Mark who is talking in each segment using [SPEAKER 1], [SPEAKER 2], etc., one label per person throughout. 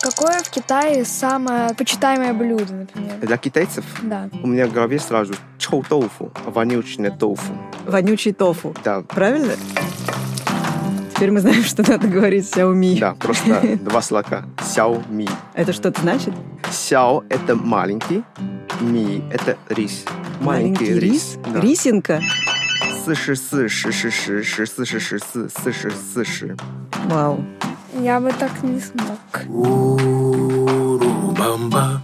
[SPEAKER 1] Какое в Китае самое почитаемое блюдо, например?
[SPEAKER 2] Для китайцев
[SPEAKER 1] Да.
[SPEAKER 2] у меня в голове сразу чоу тофу, вонючное тофу.
[SPEAKER 3] Вонючий тофу.
[SPEAKER 2] Да,
[SPEAKER 3] Правильно? Теперь мы знаем, что надо говорить Xiaomi.
[SPEAKER 2] да, просто два слока. Сяо ми.
[SPEAKER 3] Это что-то значит?
[SPEAKER 2] Сяо – это маленький, ми – это рис. Маленький рис. да.
[SPEAKER 3] Рисинка?
[SPEAKER 2] 44, 10, 10, 10, 14, 40.
[SPEAKER 3] Вау.
[SPEAKER 1] Я бы так не смог.
[SPEAKER 4] Urubamba.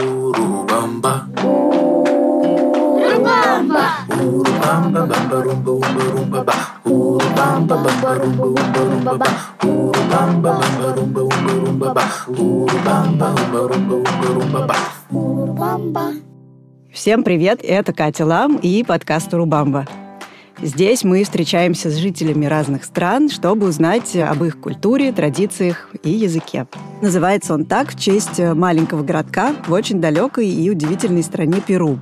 [SPEAKER 4] Urubamba. Urubamba. Urubamba. rumba, rumba, rumba, ba. Urubamba, bamba, rumba, rumba, rumba, ba. Urubamba, bamba, rumba, rumba, rumba, ba. Urubamba, rumba, rumba, rumba, rumba, ba.
[SPEAKER 3] Всем привет, это Катя Лам и подкаст «Урубамба». Здесь мы встречаемся с жителями разных стран, чтобы узнать об их культуре, традициях и языке. Называется он так в честь маленького городка в очень далекой и удивительной стране Перу.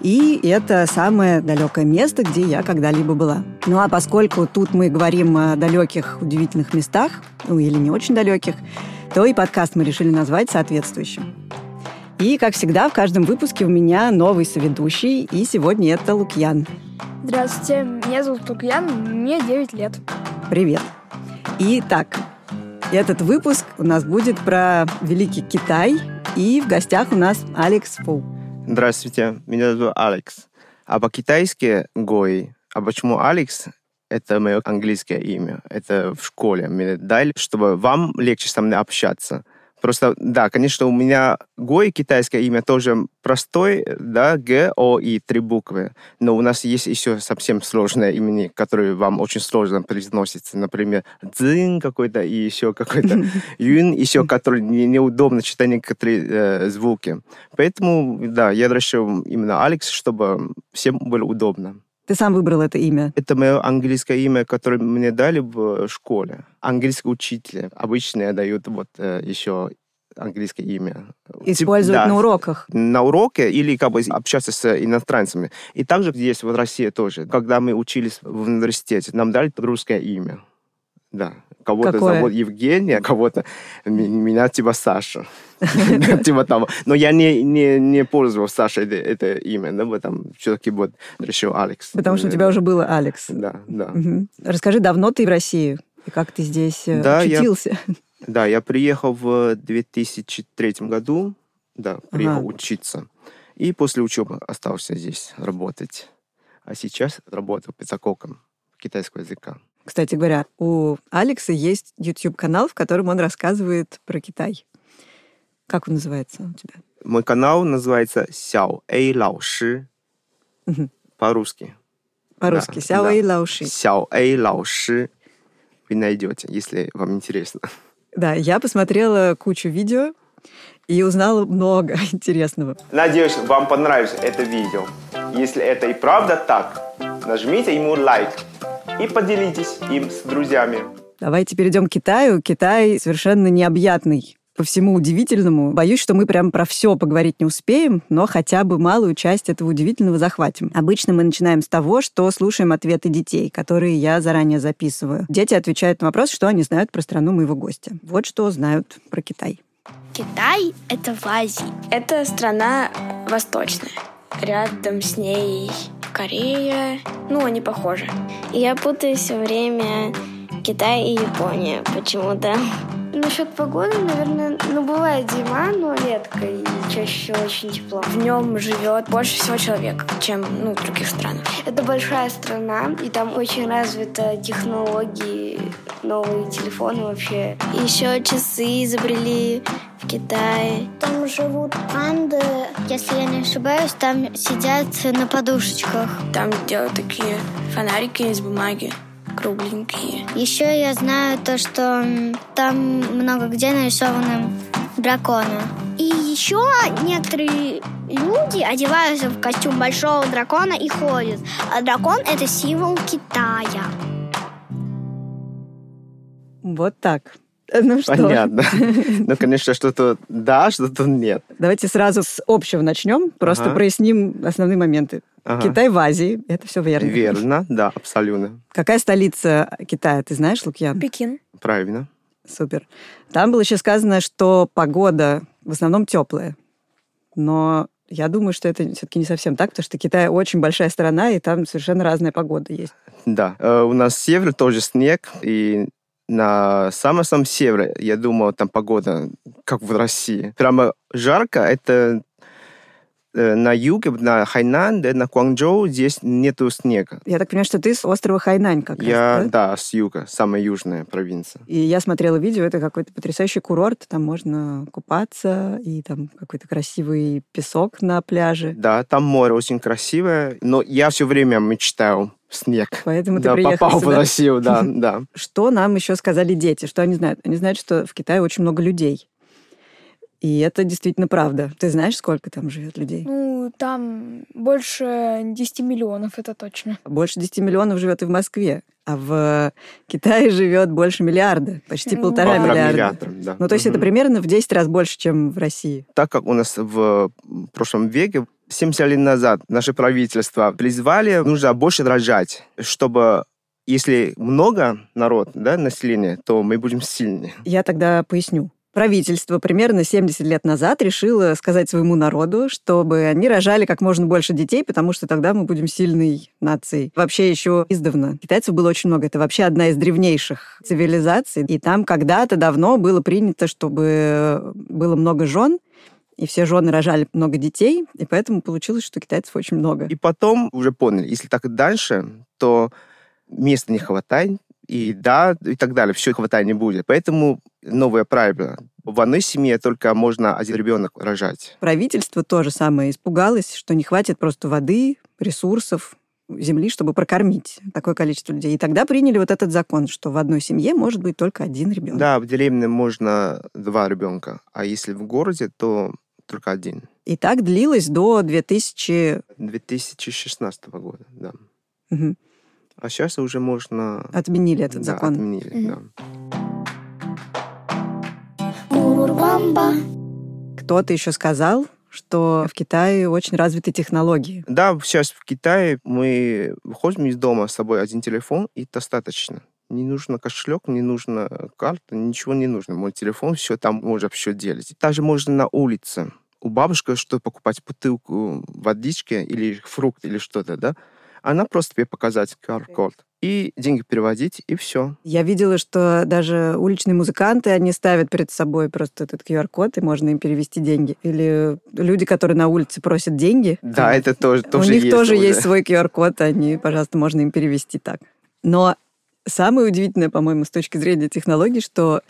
[SPEAKER 3] И это самое далекое место, где я когда-либо была. Ну а поскольку тут мы говорим о далеких, удивительных местах, ну или не очень далеких, то и подкаст мы решили назвать соответствующим. И, как всегда, в каждом выпуске у меня новый соведущий, и сегодня это Лукьян.
[SPEAKER 1] Здравствуйте, меня зовут Лукьян, мне 9 лет.
[SPEAKER 3] Привет. Итак, этот выпуск у нас будет про Великий Китай, и в гостях у нас Алекс Фу.
[SPEAKER 2] Здравствуйте, меня зовут Алекс. А по-китайски Гой. А почему Алекс? Это мое английское имя. Это в школе мне дали, чтобы вам легче со мной общаться. Просто, да, конечно, у меня Гой, китайское имя, тоже простой, да, Г, О и три буквы. Но у нас есть еще совсем сложное имя, которое вам очень сложно произносится. Например, Цзин какой-то и еще какой-то Юн, еще который не- неудобно читать некоторые э, звуки. Поэтому, да, я решил именно Алекс, чтобы всем было удобно.
[SPEAKER 3] Ты сам выбрал это имя.
[SPEAKER 2] Это мое английское имя, которое мне дали в э, школе. Английский учитель. Обычно дают вот э, еще английское имя.
[SPEAKER 3] Используют
[SPEAKER 2] Да.
[SPEAKER 3] на уроках.
[SPEAKER 2] На уроке или как бы общаться с иностранцами. И также есть в России тоже. Когда мы учились в университете, нам дали русское имя. Да. Кого-то
[SPEAKER 3] Какое?
[SPEAKER 2] зовут Евгения, а кого-то ми- меня типа Саша. Типа того. Но я не, не, не пользовался Сашей это, это имя, да, потому все-таки вот решил Алекс. Э,
[SPEAKER 3] Потому что у тебя уже было Алекс.
[SPEAKER 2] Да, да.
[SPEAKER 3] Мгм. Расскажи, давно ты в России? И как ты здесь э,
[SPEAKER 2] Да, я-
[SPEAKER 3] очутился?
[SPEAKER 2] Да, я приехал в 2003 году, да, приехал
[SPEAKER 3] Ага.
[SPEAKER 2] учиться. И после учебы остался здесь работать. А сейчас работаю педагогом китайского языка.
[SPEAKER 3] Кстати говоря, у Алекса есть YouTube-канал, в котором он рассказывает про Китай. Как он называется у тебя?
[SPEAKER 2] Мой канал называется Сяо Эй Лао Ши.
[SPEAKER 3] Мгм.
[SPEAKER 2] По-русски.
[SPEAKER 3] По-русски.
[SPEAKER 2] Да,
[SPEAKER 3] Сяо
[SPEAKER 2] да.
[SPEAKER 3] и лауши.
[SPEAKER 2] Сяо Эй Лао Ши. Вы найдете, если вам интересно.
[SPEAKER 3] Да, я посмотрела кучу видео и узнала много интересного.
[SPEAKER 2] Надеюсь, вам понравится это видео. Если это и правда так, нажмите ему лайк и поделитесь им с друзьями.
[SPEAKER 3] Давайте перейдем к Китаю. Китай совершенно необъятный по всему удивительному. Боюсь, что мы прям про все поговорить не успеем, но хотя бы малую часть этого удивительного захватим. Обычно мы начинаем с того, что слушаем ответы детей, которые я заранее записываю. Дети отвечают на вопрос, что они знают про страну моего гостя. Вот что знают про Китай.
[SPEAKER 5] Китай – это в Азии.
[SPEAKER 6] Это страна восточная. Рядом с ней Корея. Ну, они похожи.
[SPEAKER 5] Я путаю все время Китай и Япония почему-то. Насчет погоды, наверное, ну бывает зима, но редко и чаще всего очень тепло.
[SPEAKER 6] В нем живет больше всего человек, чем ну, в других странах.
[SPEAKER 5] Это большая страна, и там очень развиты технологии, новые телефоны вообще. Еще часы изобрели в Китае.
[SPEAKER 7] Там живут панды. Если я не ошибаюсь, там сидят на подушечках.
[SPEAKER 6] Там делают такие фонарики из бумаги, кругленькие.
[SPEAKER 7] Еще я знаю то, что м, там много где нарисованы драконы. И еще некоторые люди одеваются в костюм большого дракона и ходят. А дракон — это символ Китая.
[SPEAKER 3] Вот так. Ну что,
[SPEAKER 2] Понятно. Ну, конечно, что-то да, что-то нет.
[SPEAKER 3] давайте сразу с общего начнем, просто
[SPEAKER 2] Ага.
[SPEAKER 3] проясним основные моменты.
[SPEAKER 2] Ага.
[SPEAKER 3] Китай в Азии, это все верно.
[SPEAKER 2] Верно, да, абсолютно.
[SPEAKER 3] Какая столица Китая, ты знаешь, Лукьян?
[SPEAKER 6] Пекин.
[SPEAKER 2] Правильно.
[SPEAKER 3] Супер. Там было еще сказано, что погода в основном теплая. Но я думаю, что это все-таки не совсем так, потому что Китай очень большая страна, и там совершенно разная погода есть.
[SPEAKER 2] Да. Э, У нас север тоже снег, и на самом-самом севере, я думал, там погода, как в России. Прямо жарко, это э, на юге, на Хайнан, да, на Куанчжоу здесь нету снега.
[SPEAKER 3] Я так понимаю, что ты с острова Хайнань как
[SPEAKER 2] Я,
[SPEAKER 3] раз, да?
[SPEAKER 2] да, с юга, самая южная провинция.
[SPEAKER 3] И я смотрела видео, это какой-то потрясающий курорт, там можно купаться, и там какой-то красивый песок на пляже.
[SPEAKER 2] Да, там море очень красивое, но я все время мечтал снег.
[SPEAKER 3] Поэтому ты
[SPEAKER 2] да,
[SPEAKER 3] приехала
[SPEAKER 2] попал в
[SPEAKER 3] сюда.
[SPEAKER 2] Россию, да, да.
[SPEAKER 3] Что нам еще сказали дети? Что они знают? Они знают, что в Китае очень много людей. И это действительно правда. Ты знаешь, сколько там живет людей?
[SPEAKER 1] Ну, там больше 10 миллионов, это точно.
[SPEAKER 3] Больше 10 миллионов живет и в Москве, а в Китае живет больше миллиарда, почти
[SPEAKER 1] Ну,
[SPEAKER 3] полтора
[SPEAKER 1] полтора
[SPEAKER 3] миллиарда.
[SPEAKER 2] миллиарда, да.
[SPEAKER 3] Ну, то есть это
[SPEAKER 2] Мгм.
[SPEAKER 3] примерно в 10 раз больше, чем в России.
[SPEAKER 2] так как у нас в прошлом веке, 70 лет назад, наше правительство призвали, нужно больше рожать, чтобы если много народ, да, населения, то мы будем сильнее.
[SPEAKER 3] Я тогда поясню. Правительство примерно 70 лет назад решило сказать своему народу, чтобы они рожали как можно больше детей, потому что тогда мы будем сильной нацией. Вообще еще издавна китайцев было очень много. Это вообще одна из древнейших цивилизаций. И там когда-то давно было принято, чтобы э, было много жен, и все жены рожали много детей, и поэтому получилось, что китайцев очень много.
[SPEAKER 2] И потом уже поняли, если так и дальше, то места не хватает, и да, и так далее, все хватать не будет. Поэтому новое правило. В одной семье только можно один ребенок рожать.
[SPEAKER 3] Правительство тоже самое испугалось, что не хватит просто воды, ресурсов, земли, чтобы прокормить такое количество людей. И тогда приняли вот этот закон, что в одной семье может быть только один ребенок.
[SPEAKER 2] Да, в деревне можно два ребенка, а если в городе, то только один.
[SPEAKER 3] И так длилось до 2000...
[SPEAKER 2] 2016 года, да.
[SPEAKER 3] Мгм.
[SPEAKER 2] А сейчас уже можно...
[SPEAKER 3] Отменили А, этот
[SPEAKER 2] Да,
[SPEAKER 3] закон.
[SPEAKER 2] Отменили, да.
[SPEAKER 3] Кто-то еще сказал, что в Китае очень развиты технологии.
[SPEAKER 2] Да, сейчас в Китае мы выходим из дома с собой один телефон, и достаточно. Не нужно кошелек, не нужно карта, ничего не нужно. Мой телефон, все там можно все делать. Также можно на улице. У бабушки что покупать бутылку водички или фрукт или что-то, да? Она просто тебе показать QR-код. И деньги переводить, и все.
[SPEAKER 3] Я видела, что даже уличные музыканты, они ставят перед собой просто этот QR-код, и можно им перевести деньги. Или люди, которые на улице просят деньги.
[SPEAKER 2] Да, это тоже, тоже
[SPEAKER 3] у них
[SPEAKER 2] есть
[SPEAKER 3] тоже
[SPEAKER 2] уже.
[SPEAKER 3] есть свой QR-код, они, пожалуйста, можно им перевести так. Но самое удивительное, по-моему, с точки зрения технологий, что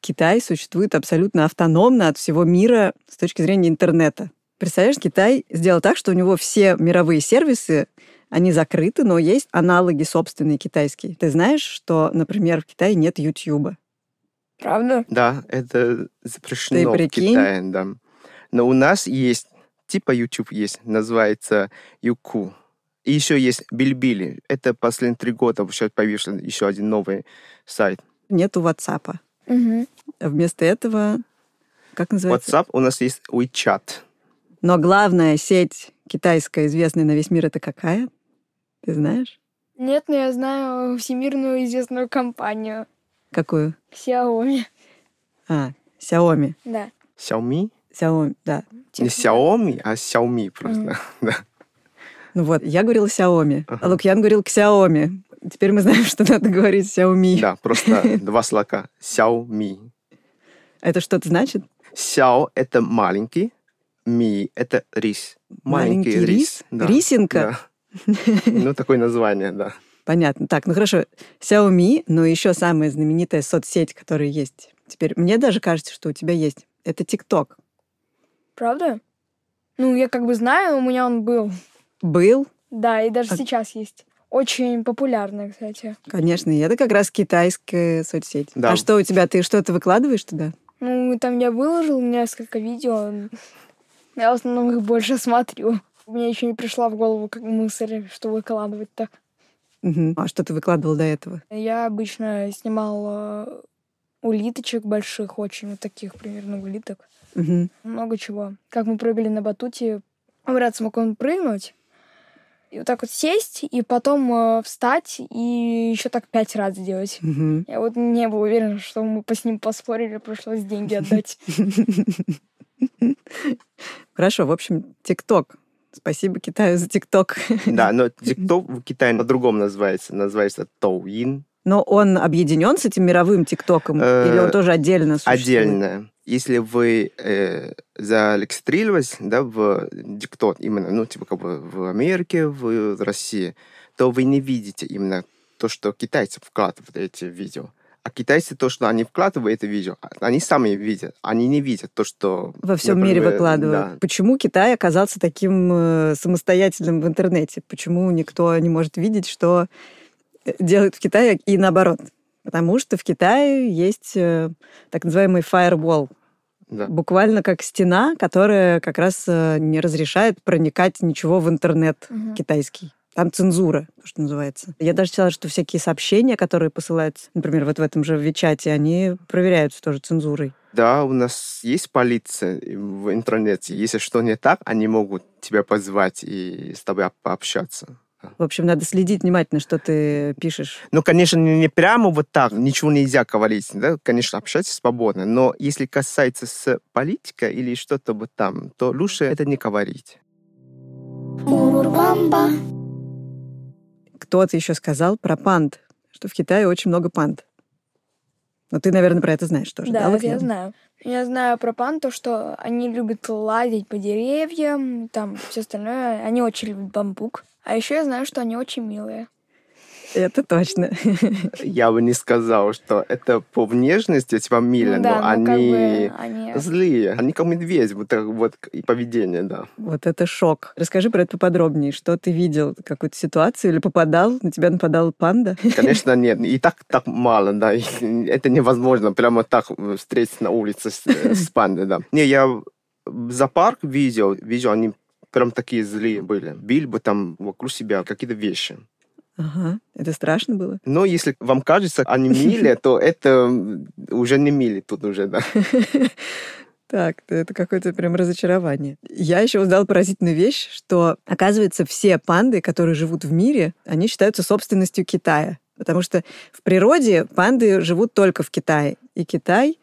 [SPEAKER 3] Китай существует абсолютно автономно от всего мира с точки зрения интернета. Представляешь, Китай сделал так, что у него все мировые сервисы, они закрыты, но есть аналоги собственные китайские. Ты знаешь, что, например, в Китае нет Ютьюба?
[SPEAKER 1] Правда?
[SPEAKER 2] Да, это запрещено в
[SPEAKER 3] прикинь.
[SPEAKER 2] Китае, да. Но у нас есть, типа YouTube есть, называется Юку. И еще есть Бильбили. Это последние три года сейчас появился еще один новый сайт.
[SPEAKER 3] Нету WhatsApp. А
[SPEAKER 1] Мгм.
[SPEAKER 3] Вместо этого, как называется?
[SPEAKER 2] WhatsApp у нас есть WeChat.
[SPEAKER 3] Но главная сеть китайская, известная на весь мир, это какая? Ты знаешь?
[SPEAKER 1] Нет, но я знаю всемирную известную компанию
[SPEAKER 3] Какую?
[SPEAKER 1] Xiaomi.
[SPEAKER 3] А, Xiaomi.
[SPEAKER 1] Да.
[SPEAKER 2] Xiaomi?
[SPEAKER 3] Xiaomi, да.
[SPEAKER 2] Не Xiaomi, а Xiaomi просто.
[SPEAKER 3] Ну вот, я говорила Xiaomi,
[SPEAKER 2] Ага.
[SPEAKER 3] а Лукьян говорил Xiaomi. Теперь мы знаем, что надо говорить Xiaomi.
[SPEAKER 2] Да, просто два слока. Xiaomi.
[SPEAKER 3] Это что-то значит?
[SPEAKER 2] Xiao – это маленький, ми – это рис. Маленький,
[SPEAKER 3] Маленький рис?
[SPEAKER 2] рис. да.
[SPEAKER 3] Рисинка?
[SPEAKER 2] Да. Ну, такое название, да.
[SPEAKER 3] Понятно. Так, ну хорошо, Xiaomi, но еще самая знаменитая соцсеть, которая есть. Теперь мне даже кажется, что у тебя есть. Это TikTok.
[SPEAKER 1] Правда? Ну, я как бы знаю, у меня он был.
[SPEAKER 3] Был,
[SPEAKER 1] Да, и даже
[SPEAKER 3] А-
[SPEAKER 1] сейчас есть. Очень популярный, кстати.
[SPEAKER 3] конечно, и это как раз китайская соцсеть.
[SPEAKER 2] Да.
[SPEAKER 3] А что у тебя? Ты что-то выкладываешь туда?
[SPEAKER 1] Ну, там я выложил несколько видео. Я в основном их больше смотрю. Мне еще не пришла в голову как мысль, что выкладывать так.
[SPEAKER 3] Мгм. А что ты выкладывал до этого?
[SPEAKER 1] Я обычно снимал э, улиточек больших очень, вот таких примерно улиток.
[SPEAKER 3] Мгм.
[SPEAKER 1] Много чего. Как мы прыгали на батуте, брат смог он прыгнуть, и вот так вот сесть, и потом э, встать, и еще так пять раз сделать.
[SPEAKER 3] Мгм.
[SPEAKER 1] Я вот не была уверена, что мы по с ним поспорили, пришлось деньги отдать.
[SPEAKER 3] Хорошо, в общем, ТикТок. Спасибо Китаю за ТикТок.
[SPEAKER 2] Да, но TikTok в Китае по-другому называется. Называется Тоуин.
[SPEAKER 3] Но он объединен с этим мировым ТикТоком?
[SPEAKER 2] Э,
[SPEAKER 3] Или он тоже отдельно существует?
[SPEAKER 2] Отдельно. Если вы э, зарегистрировались да, в диктот, именно, ну, типа, как бы в Америке, в России, то вы не видите именно то, что китайцы вкладывают в эти видео. А китайцы то, что они вкладывают это видео, а, они сами видят. Они не видят то, что...
[SPEAKER 3] Во всем
[SPEAKER 2] например,
[SPEAKER 3] мире выкладывают.
[SPEAKER 2] да.
[SPEAKER 3] Почему Китай оказался таким э, самостоятельным в интернете? Почему никто не может видеть, что э, делают в Китае, и наоборот? Потому что в Китае есть э, так называемый firewall,
[SPEAKER 2] Да.
[SPEAKER 3] буквально как стена, которая как раз э, не разрешает проникать ничего в интернет
[SPEAKER 1] Мгм.
[SPEAKER 3] китайский. Там цензура, то, что называется. Я даже читала, что всякие сообщения, которые посылаются, например, вот в этом же Вичате, они проверяются тоже цензурой.
[SPEAKER 2] Да, у нас есть полиция в интернете. Если что не так, они могут тебя позвать и с тобой пообщаться.
[SPEAKER 3] В общем, надо следить внимательно, что ты пишешь.
[SPEAKER 2] Ну, конечно, не не прямо вот так, ничего нельзя говорить, да, конечно, общайтесь свободно, но если касается с политикой или что-то вот там, то лучше это не говорить.
[SPEAKER 3] Кто-то еще сказал про панд, что в Китае очень много панд. Но ты, наверное, про это знаешь тоже, да?
[SPEAKER 1] Да, вот
[SPEAKER 3] Лаврена?
[SPEAKER 1] я знаю. Я знаю про пан то, что они любят лазить по деревьям, там все остальное. Они очень любят бамбук. А еще я знаю, что они очень милые.
[SPEAKER 3] Это точно.
[SPEAKER 2] Я бы не сказал, что это по внешности, типа,
[SPEAKER 1] Ну
[SPEAKER 2] мило, но
[SPEAKER 1] да, ну, как
[SPEAKER 2] они
[SPEAKER 1] бы они...
[SPEAKER 2] злые, они как медведь, вот так вот, и поведение, да.
[SPEAKER 3] Вот это шок. Расскажи про это поподробнее. Что ты видел? Какую-то ситуацию? Или попадал? На тебя нападала панда?
[SPEAKER 2] Конечно, нет, и так так мало, да, и это невозможно прямо так встретиться на улице с, э, с пандой, да. Не, я в зоопарк видел, видел, они прям такие злые были. Били бы там вокруг себя какие-то вещи.
[SPEAKER 3] Ага. Это страшно было?
[SPEAKER 2] Но если вам кажется, они мили, то это уже не мили тут уже, да.
[SPEAKER 3] Так, это какое-то прям разочарование. Я еще узнала поразительную вещь, что, оказывается, все панды, которые живут в мире, они считаются собственностью Китая. Потому что в природе панды живут только в Китае. И Китай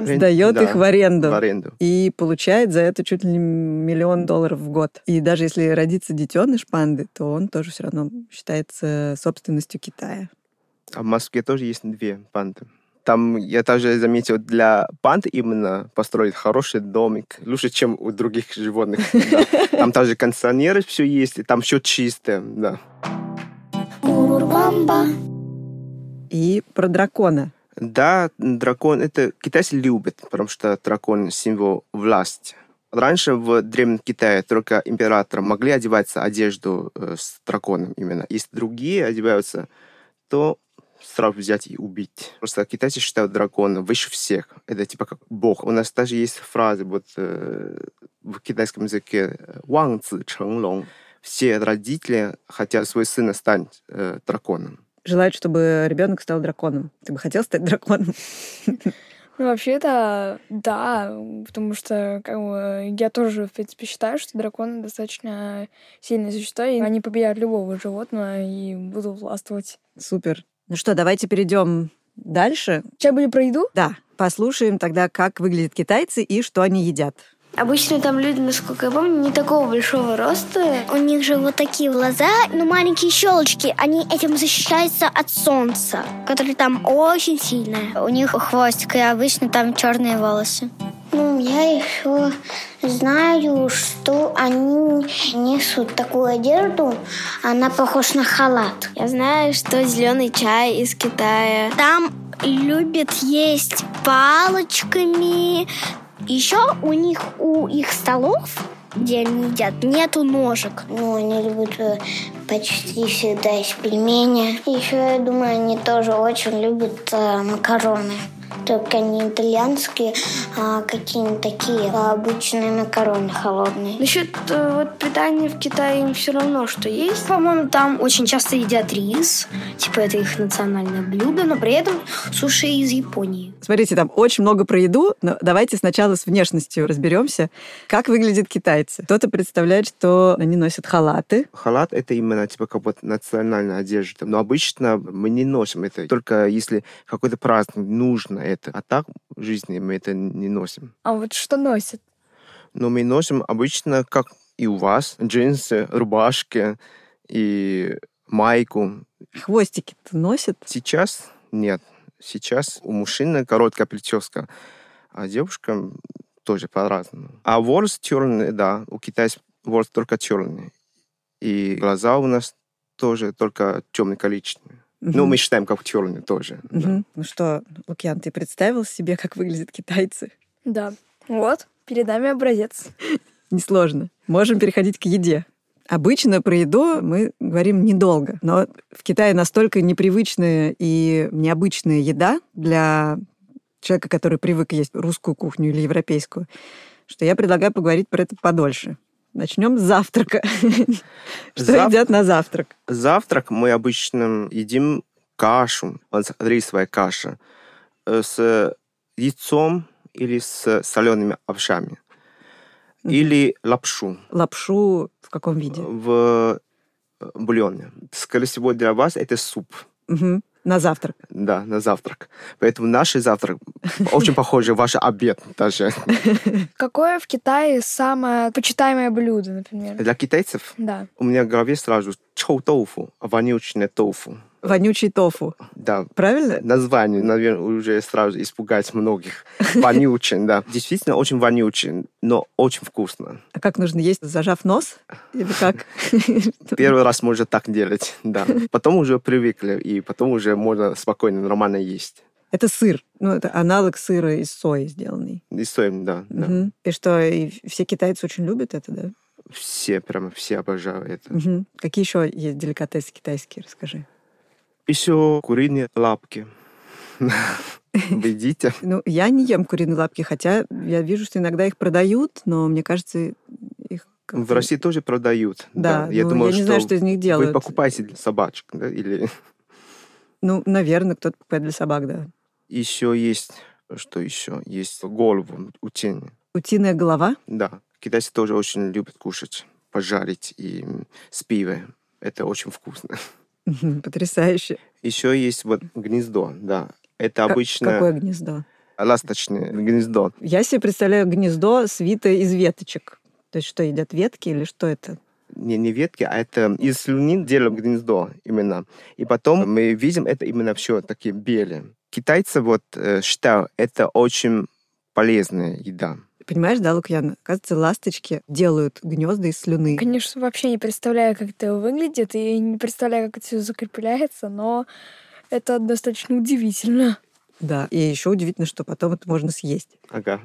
[SPEAKER 3] сдает
[SPEAKER 2] Да,
[SPEAKER 3] их в аренду.
[SPEAKER 2] В аренду.
[SPEAKER 3] И получает за это чуть ли не миллион долларов в год. И даже если родится детеныш панды, то он тоже все равно считается собственностью Китая.
[SPEAKER 2] А в Москве тоже есть две панды. Там, я также заметил, для панд именно построить хороший домик, лучше, чем у других животных. да. Там также кондиционеры все есть, и там все чистое, да.
[SPEAKER 3] И про дракона.
[SPEAKER 2] Да, дракон, это китайцы любят, потому что дракон – символ власти. Раньше в Древнем Китае только император могли одеваться одежду э, с драконом именно. Если другие одеваются, то сразу взять и убить. Просто китайцы считают дракона выше всех. Это типа как бог. У нас даже есть фразы вот э, в китайском языке «Ванг ци чэнь лонг». Все родители хотят своего сына стать э, драконом.
[SPEAKER 3] Желает, чтобы ребенок стал драконом. Ты бы хотел стать драконом?
[SPEAKER 1] Ну, вообще-то, да, потому что как бы, я тоже, в принципе, считаю, что драконы достаточно сильные существа, и они победят любого животного и будут властвовать.
[SPEAKER 3] Супер. Ну что, давайте перейдем дальше.
[SPEAKER 1] Сейчас были про еду?
[SPEAKER 3] Да, послушаем тогда, как выглядят китайцы и что они едят.
[SPEAKER 5] Обычно там люди, насколько я помню, не такого большого роста.
[SPEAKER 7] У них же вот такие глаза, но маленькие щелочки. Они этим защищаются от солнца, которое там очень сильное. У них хвостик, и обычно там черные волосы. Ну, я еще знаю, что они несут такую одежду, она похожа на халат.
[SPEAKER 5] Я знаю, что зеленый чай из Китая.
[SPEAKER 7] Там любят есть палочками. Еще у них, у их столов, где они едят, нету ножек. Ну, они любят э, почти всегда есть пельмени. Еще, я думаю, они тоже очень любят э, макароны.
[SPEAKER 5] Только не итальянские, а какие-нибудь такие а, обычные макароны холодные.
[SPEAKER 6] Насчет э, вот питания в Китае им все равно, что есть.
[SPEAKER 8] По-моему, там очень часто едят рис. Типа это их национальное блюдо, но при этом суши из Японии.
[SPEAKER 3] Смотрите, там очень много про еду, но давайте сначала с внешностью разберемся, как выглядят китайцы. Кто-то представляет, что они носят халаты.
[SPEAKER 2] Халат — это именно типа как бы национальная одежда. Но обычно мы не носим это. Только если какой-то праздник, нужно это. А так в жизни мы это не носим.
[SPEAKER 1] А вот что носит?
[SPEAKER 2] Но мы носим обычно, как и у вас, джинсы, рубашки и майку.
[SPEAKER 3] Хвостики-то носят.
[SPEAKER 2] Сейчас нет. Сейчас у мужчины короткая прическа, а девушка тоже по-разному. А волос черный, да, у китайцев волос только черный. И глаза у нас тоже только темно-коричневые. Ну,
[SPEAKER 3] Мгм.
[SPEAKER 2] мы считаем, как черные тоже. да.
[SPEAKER 3] Мгм. Ну что, Лукьян, ты представил себе, как выглядят китайцы?
[SPEAKER 1] Да. Вот, перед нами образец.
[SPEAKER 3] Несложно. Можем переходить к еде. Обычно про еду мы говорим недолго, но в Китае настолько непривычная и необычная еда для человека, который привык есть русскую кухню или европейскую, что я предлагаю поговорить про это подольше. Начнем с завтрака. Что
[SPEAKER 2] Зав-
[SPEAKER 3] едят на завтрак?
[SPEAKER 2] Завтрак мы обычно едим кашу, вот рисовая каша, э, с яйцом или с солеными овощами.
[SPEAKER 3] Мгм.
[SPEAKER 2] Или лапшу
[SPEAKER 3] Лапшу в каком виде?
[SPEAKER 2] в э, бульоне. Скорее всего, для вас это суп,
[SPEAKER 3] Мгм. На завтрак.
[SPEAKER 2] да, на завтрак. Поэтому наш завтрак очень похож на ваш обед даже.
[SPEAKER 1] Какое в Китае самое почитаемое блюдо, например?
[SPEAKER 2] Для китайцев
[SPEAKER 1] Да.
[SPEAKER 2] у меня в голове сразу чоу тофу, вонючное тофу.
[SPEAKER 3] Вонючий тофу.
[SPEAKER 2] Да,
[SPEAKER 3] Правильно?
[SPEAKER 2] название, наверное, уже сразу испугать многих. Вонючий, да. Действительно очень вонючий, но очень вкусно.
[SPEAKER 3] А как нужно есть, зажав нос? Или как?
[SPEAKER 2] Первый раз можно так делать, да. Потом уже привыкли, и потом уже можно спокойно, нормально есть.
[SPEAKER 3] Это сыр. Ну, это аналог сыра из сои сделанный.
[SPEAKER 2] И стоим, да. да.
[SPEAKER 3] Мгм. И что, и все китайцы очень любят это, да?
[SPEAKER 2] Все, прямо все обожают это.
[SPEAKER 3] Мгм. Какие еще есть деликатесы китайские, расскажи.
[SPEAKER 2] Еще куриные лапки. Вы едите?
[SPEAKER 3] Ну, я не ем куриные лапки, хотя я вижу, что иногда их продают, но мне кажется, их... как-то-
[SPEAKER 2] В России тоже продают.
[SPEAKER 3] Да,
[SPEAKER 2] Я
[SPEAKER 3] ну,
[SPEAKER 2] думаю,
[SPEAKER 3] я не
[SPEAKER 2] что,
[SPEAKER 3] знаю, что из них делают.
[SPEAKER 2] вы покупаете для собачек, да, или...
[SPEAKER 3] Ну, наверное, кто-то покупает для собак, да.
[SPEAKER 2] Еще есть, что еще? Есть голову у тени.
[SPEAKER 3] Утиная голова.
[SPEAKER 2] Да, китайцы тоже очень любят кушать, пожарить и м, с пивом. Это очень вкусно.
[SPEAKER 3] Мгм, Потрясающе.
[SPEAKER 2] Еще есть вот гнездо, да. Это
[SPEAKER 3] Как-
[SPEAKER 2] обычно
[SPEAKER 3] Какое гнездо?
[SPEAKER 2] ласточное гнездо.
[SPEAKER 3] Я себе представляю гнездо, свитое из веточек. То есть что, едят ветки или что это?
[SPEAKER 2] Не, не ветки, а это из слюни делаем гнездо именно. И потом мы видим это именно все такие белые. Китайцы вот э, считаю, это очень полезная еда.
[SPEAKER 3] Понимаешь, да, Лукьян? Оказывается, ласточки делают гнезда из слюны.
[SPEAKER 1] Конечно, вообще не представляю, как это выглядит, и не представляю, как это все закрепляется, но это достаточно удивительно.
[SPEAKER 3] Да. И еще удивительно, что потом это можно съесть.
[SPEAKER 2] Ага.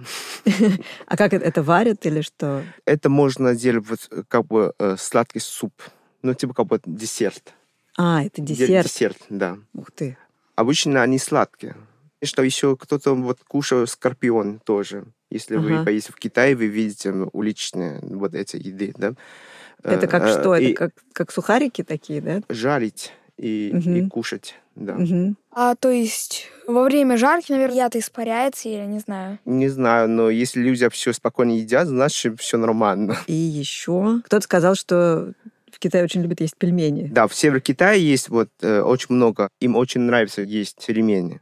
[SPEAKER 3] А как это, это варят или что?
[SPEAKER 2] Это можно делать вот э, как бы э, сладкий суп. Ну, типа как бы десерт.
[SPEAKER 3] А, это
[SPEAKER 2] Де-
[SPEAKER 3] десерт.
[SPEAKER 2] Десерт, да.
[SPEAKER 3] Ух ты.
[SPEAKER 2] Обычно они сладкие. И что еще кто-то вот кушал скорпион тоже. Если
[SPEAKER 3] Ага.
[SPEAKER 2] вы поедете в Китай, вы видите м, уличные вот эти еды, да?
[SPEAKER 3] Это
[SPEAKER 2] Э,
[SPEAKER 3] как
[SPEAKER 2] э,
[SPEAKER 3] что?
[SPEAKER 2] и
[SPEAKER 3] Это как, как сухарики такие, да?
[SPEAKER 2] Жарить и, и
[SPEAKER 3] Мгм.
[SPEAKER 2] кушать, да.
[SPEAKER 3] Мгм.
[SPEAKER 1] А то есть во время жарки, наверное, яд испаряется, я не знаю.
[SPEAKER 2] Не знаю, но если люди все спокойно едят, значит, все нормально.
[SPEAKER 3] И еще кто-то сказал, что в Китае очень любят есть пельмени.
[SPEAKER 2] Да, в Севере Китае есть вот э, очень много, им очень нравится есть пельмени.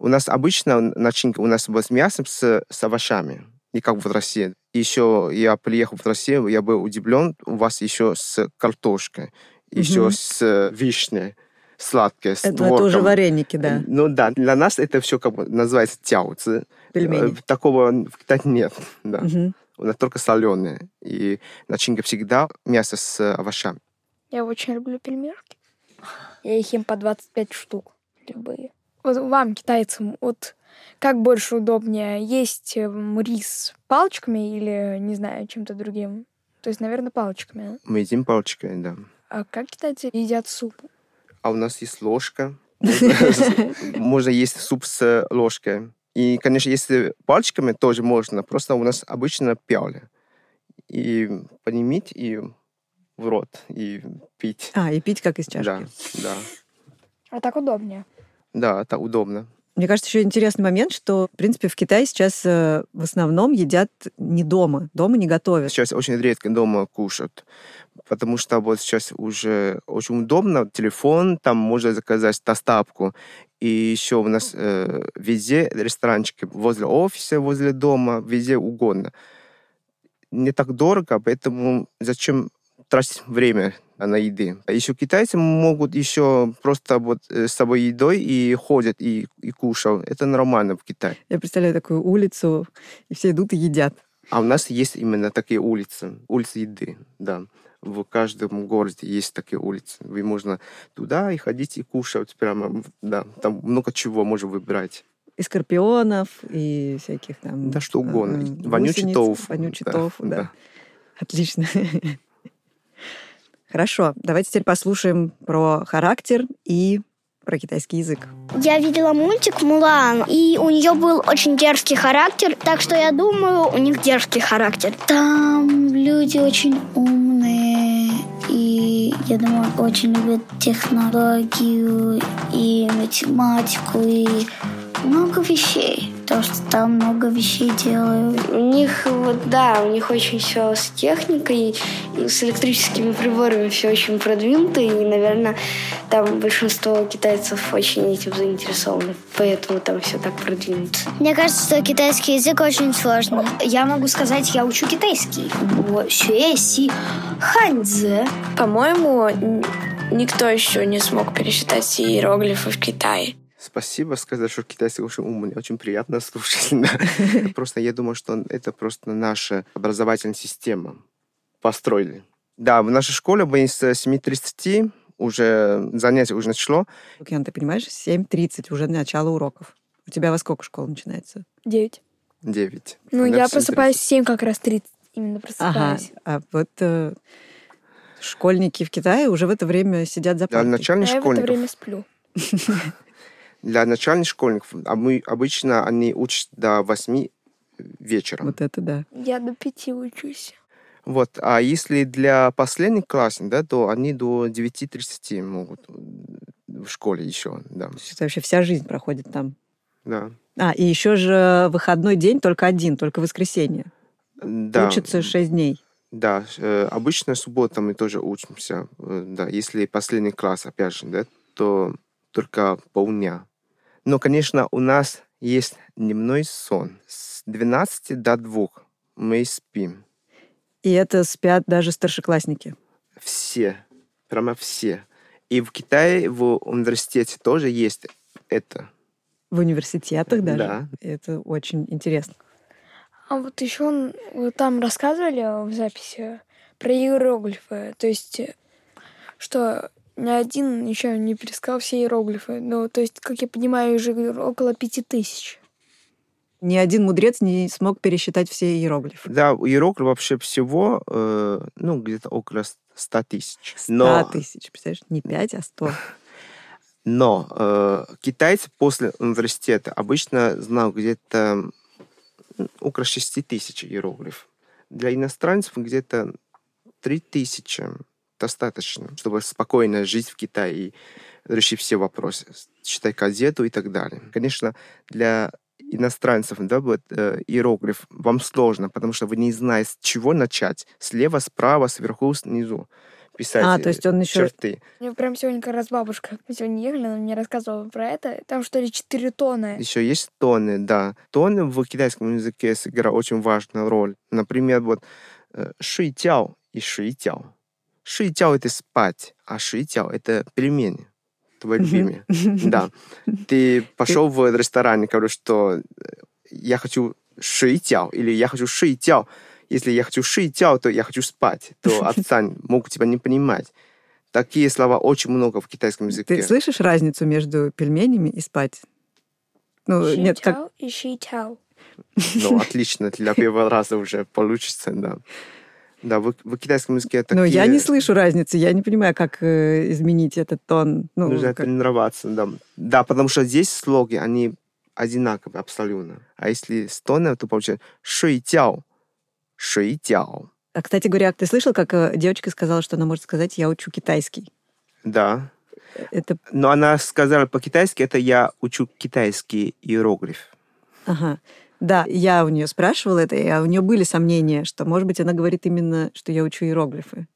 [SPEAKER 2] У нас обычно начинка у нас вот с мясом, с, с овощами, не как в России. Еще я приехал в Россию, я был удивлен, у вас еще с картошкой, еще
[SPEAKER 3] Мгм. Э, ну,
[SPEAKER 2] с вишней, сладкое, с
[SPEAKER 3] Это, это уже
[SPEAKER 2] творогом.
[SPEAKER 3] вареники, да,
[SPEAKER 2] Ну да, для нас это все как бы называется тяуцы.
[SPEAKER 3] пельмени.
[SPEAKER 2] Э, Такого э, в Китае нет, да.
[SPEAKER 3] Мгм.
[SPEAKER 2] У нас только соленые. И начинка всегда мясо с овощами.
[SPEAKER 1] Я очень люблю пельмешки. Я их ем по 25 штук. Любые. Вот вам, китайцам, вот как больше удобнее есть эм, рис палочками или, не знаю, чем-то другим? То есть, наверное, палочками.
[SPEAKER 2] Мы едим палочкой, да.
[SPEAKER 1] А как китайцы едят суп?
[SPEAKER 2] А у нас есть ложка. Можно- Можно есть суп с ложкой. И, конечно, если пальчиками тоже можно, просто у нас обычно пяли. И поднимить, и в рот, и пить.
[SPEAKER 3] А, и пить как из чашки.
[SPEAKER 2] Да, да.
[SPEAKER 1] А так удобнее.
[SPEAKER 2] Да, это удобно.
[SPEAKER 3] Мне кажется, еще интересный момент, что, в принципе, в Китае сейчас э, в основном едят не дома, дома не готовят.
[SPEAKER 2] Сейчас очень редко дома кушают, потому что вот сейчас уже очень удобно. Телефон, там можно заказать доставку. И еще у нас э, везде ресторанчики, возле офиса, возле дома, везде угодно. Не так дорого, поэтому зачем тратить время на еды. А Еще китайцы могут еще просто вот э, с собой едой и ходят и, и кушают. Это нормально в Китае.
[SPEAKER 3] Я представляю такую улицу, и все идут и едят.
[SPEAKER 2] А у нас есть именно такие улицы, улицы еды, да. В каждом городе есть такие улицы. Вы можно туда и ходить и кушать прямо, да. Там много чего можно выбирать.
[SPEAKER 3] И скорпионов, и всяких там...
[SPEAKER 2] Да что
[SPEAKER 3] э,
[SPEAKER 2] угодно.
[SPEAKER 3] э,
[SPEAKER 2] Вонючий
[SPEAKER 3] гусениц,
[SPEAKER 2] тофу.
[SPEAKER 3] Вонючий
[SPEAKER 2] Да,
[SPEAKER 3] тофу, да.
[SPEAKER 2] да.
[SPEAKER 3] Отлично. Хорошо, давайте теперь послушаем про характер и про китайский язык.
[SPEAKER 7] Я видела мультик «Мулан», и у нее был очень дерзкий характер, так что я думаю, у них дерзкий характер.
[SPEAKER 5] Там люди очень умные, и я думаю, очень любят технологию и математику, и много вещей. То, что там много вещей делают.
[SPEAKER 6] У них, вот да, у них очень все с техникой, и с электрическими приборами все очень продвинуто, и, наверное, там большинство китайцев очень этим заинтересованы, поэтому там все так продвинуто.
[SPEAKER 7] Мне кажется, что китайский язык очень сложный.
[SPEAKER 8] Я могу сказать, я учу китайский. Вот, сюэ, си, ханьцзе.
[SPEAKER 6] По-моему, н- никто еще не смог пересчитать иероглифы в Китае.
[SPEAKER 2] Спасибо сказать, что китайцы очень умные. Очень приятно слушать. да. Просто я думаю, что это просто наша образовательная система. Построили. Да, в нашей школе мы с 7.30 уже занятие уже начало.
[SPEAKER 3] Лукьян, ты понимаешь, 7.30 уже начало уроков. У тебя во сколько школа начинается?
[SPEAKER 1] Девять.
[SPEAKER 2] 9.
[SPEAKER 1] Ну, я просыпаюсь в семь как раз 30. Именно просыпаюсь.
[SPEAKER 3] А вот э, школьники в Китае уже в это время сидят за
[SPEAKER 2] Для
[SPEAKER 3] партой.
[SPEAKER 1] А
[SPEAKER 2] начальных
[SPEAKER 1] я в это
[SPEAKER 2] школьников.
[SPEAKER 1] время сплю.
[SPEAKER 2] Для начальных школьников а мы, обычно они учат до 8 вечера.
[SPEAKER 3] Вот это да.
[SPEAKER 1] Я до пяти учусь.
[SPEAKER 2] Вот. А если для последних классов, да, то они до 9.30 могут м, в школе еще, да.
[SPEAKER 3] То есть это вообще вся жизнь проходит там.
[SPEAKER 2] да.
[SPEAKER 3] А, и еще же выходной день только один, только воскресенье.
[SPEAKER 2] Да.
[SPEAKER 3] Учатся 6 дней.
[SPEAKER 2] Да, э, обычно суббота мы тоже учимся. э, Да, если последний класс, опять же, да, то только полдня. Но, конечно, у нас есть дневной сон. С 12 до 2 мы спим.
[SPEAKER 3] И это спят даже старшеклассники.
[SPEAKER 2] Все. Прямо все. И в Китае, в университете тоже есть это.
[SPEAKER 3] В университетах даже.
[SPEAKER 2] Да.
[SPEAKER 3] И Это очень интересно.
[SPEAKER 1] А вот еще там рассказывали в записи про иероглифы. То есть, э, что ни один еще не пересказал все иероглифы. Ну, то есть, как я понимаю, уже около пяти тысяч.
[SPEAKER 3] Ни один мудрец не смог пересчитать все иероглифы.
[SPEAKER 2] Да, у иероглифа вообще всего, э, ну, где-то около 100 тысяч.
[SPEAKER 3] 100
[SPEAKER 2] Но-
[SPEAKER 3] тысяч, представляешь? Не 5, а 100.
[SPEAKER 2] Но э, китайцы после университета обычно знают где-то м, около 6 тысяч иероглифов. Для иностранцев где-то 3 тысячи достаточно, чтобы спокойно жить в Китае и решить все вопросы, читай газету и так далее. Конечно, для иностранцев да, вот, э, иероглиф вам сложно, потому что вы не знаете, с чего начать. Слева, справа, сверху, снизу писать
[SPEAKER 3] А, то есть
[SPEAKER 2] э,
[SPEAKER 3] он еще...
[SPEAKER 2] черты.
[SPEAKER 1] Мне прям сегодня как раз бабушка. Мы сегодня ехали, она мне рассказывала про это. Там что ли 4 тонны.
[SPEAKER 2] Еще есть тоны, да. Тоны в китайском языке сыграл очень важную роль. Например, вот э, шуйтяо и шуйтяо. Шуйтяо — это спать, а шуйтяо — это пельмени. Твои
[SPEAKER 3] Мгм.
[SPEAKER 2] любимые. Да. Ты пошел в ресторан и говоришь, что э, я хочу шуйтяо или я хочу шуйтяо. Если я хочу шуйтяо, то я хочу спать. То отстань, могут тебя не понимать. Такие слова очень много в китайском языке.
[SPEAKER 3] Ты слышишь разницу между пельменями и спать? Ну, нет, как...
[SPEAKER 1] Шитяо и шитяо.
[SPEAKER 2] Ну, отлично, для первого раза уже получится, да. Да, в, в китайском языке такие...
[SPEAKER 3] Но Ну, я не слышу разницы, я не понимаю, как э, изменить этот тон. Ну,
[SPEAKER 2] Нужно
[SPEAKER 3] как-
[SPEAKER 2] тренироваться, да. Да, потому что здесь слоги, они одинаковые абсолютно. А если стонер, то получается шуитяо. Шуитяо.
[SPEAKER 3] А, кстати говоря, ты слышал, как э, девочка сказала, что она может сказать «я учу китайский»?
[SPEAKER 2] Да.
[SPEAKER 3] Это...
[SPEAKER 2] Но она сказала по-китайски, это я учу китайский иероглиф.
[SPEAKER 3] Ага. Да, я у нее спрашивала это, и а, у нее были сомнения, что, может быть, она говорит именно, что я учу иероглифы.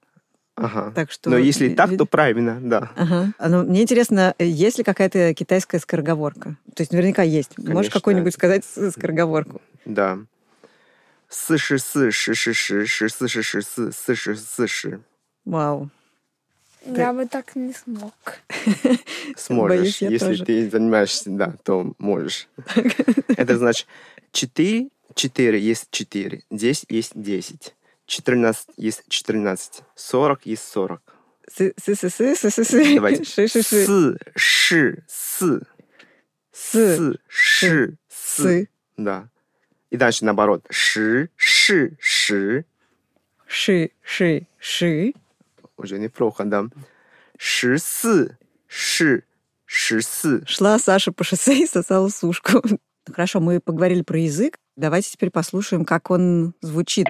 [SPEAKER 2] Ага.
[SPEAKER 3] Так что...
[SPEAKER 2] Но если так,
[SPEAKER 3] ви-
[SPEAKER 2] то правильно, да.
[SPEAKER 3] Ага. А, ну, мне интересно, есть ли какая-то китайская скороговорка? То есть наверняка есть. Можешь
[SPEAKER 2] Конечно.
[SPEAKER 3] какую-нибудь сказать с- скороговорку?
[SPEAKER 2] Да. Сыши, сыши, шиши, шиши, шиши, сы- сыши, сыши.
[SPEAKER 3] Вау.
[SPEAKER 1] Я бы так не смог.
[SPEAKER 2] Сможешь,
[SPEAKER 3] Боюсь, я
[SPEAKER 2] если
[SPEAKER 3] тоже.
[SPEAKER 2] ты занимаешься, да, то можешь. Это значит 4, 4 есть 4, 10 есть 10, 14 есть 14, 40 есть 40.
[SPEAKER 3] Сы- сы- сы- сы- сы- сы- сы.
[SPEAKER 2] Давайте.
[SPEAKER 3] Ши- ши- ши.
[SPEAKER 2] Сы, ши, сы,
[SPEAKER 3] Сы.
[SPEAKER 2] сы, ши, сы.
[SPEAKER 3] Сы.
[SPEAKER 2] Да. И дальше наоборот. Ши, ши, ши.
[SPEAKER 3] Ши. Ши. Ши.
[SPEAKER 2] Уже неплохо, да. Ши, сы, ши, ши, сы.
[SPEAKER 3] Шла Саша по шоссе и сосала сушку. Ну, Хорошо, мы поговорили про язык. Давайте теперь послушаем, как он звучит.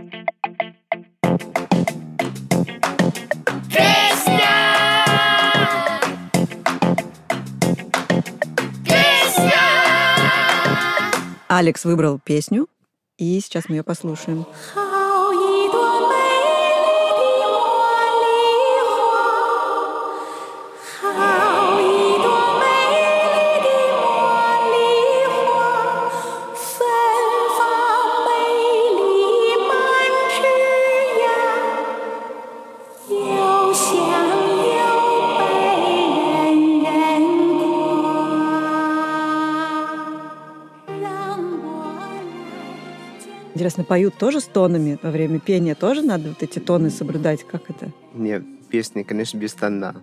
[SPEAKER 3] Алекс выбрал песню, и сейчас мы ее послушаем.
[SPEAKER 9] 好一朵美丽的茉莉花，好一朵美丽的茉莉花，芬芳美丽满枝桠，又香又美人人夸。让我来见。
[SPEAKER 3] Интересно, поют тоже с тонами во время пения? Тоже надо вот эти тоны соблюдать? Как это?
[SPEAKER 2] Нет, песни, конечно, без тона.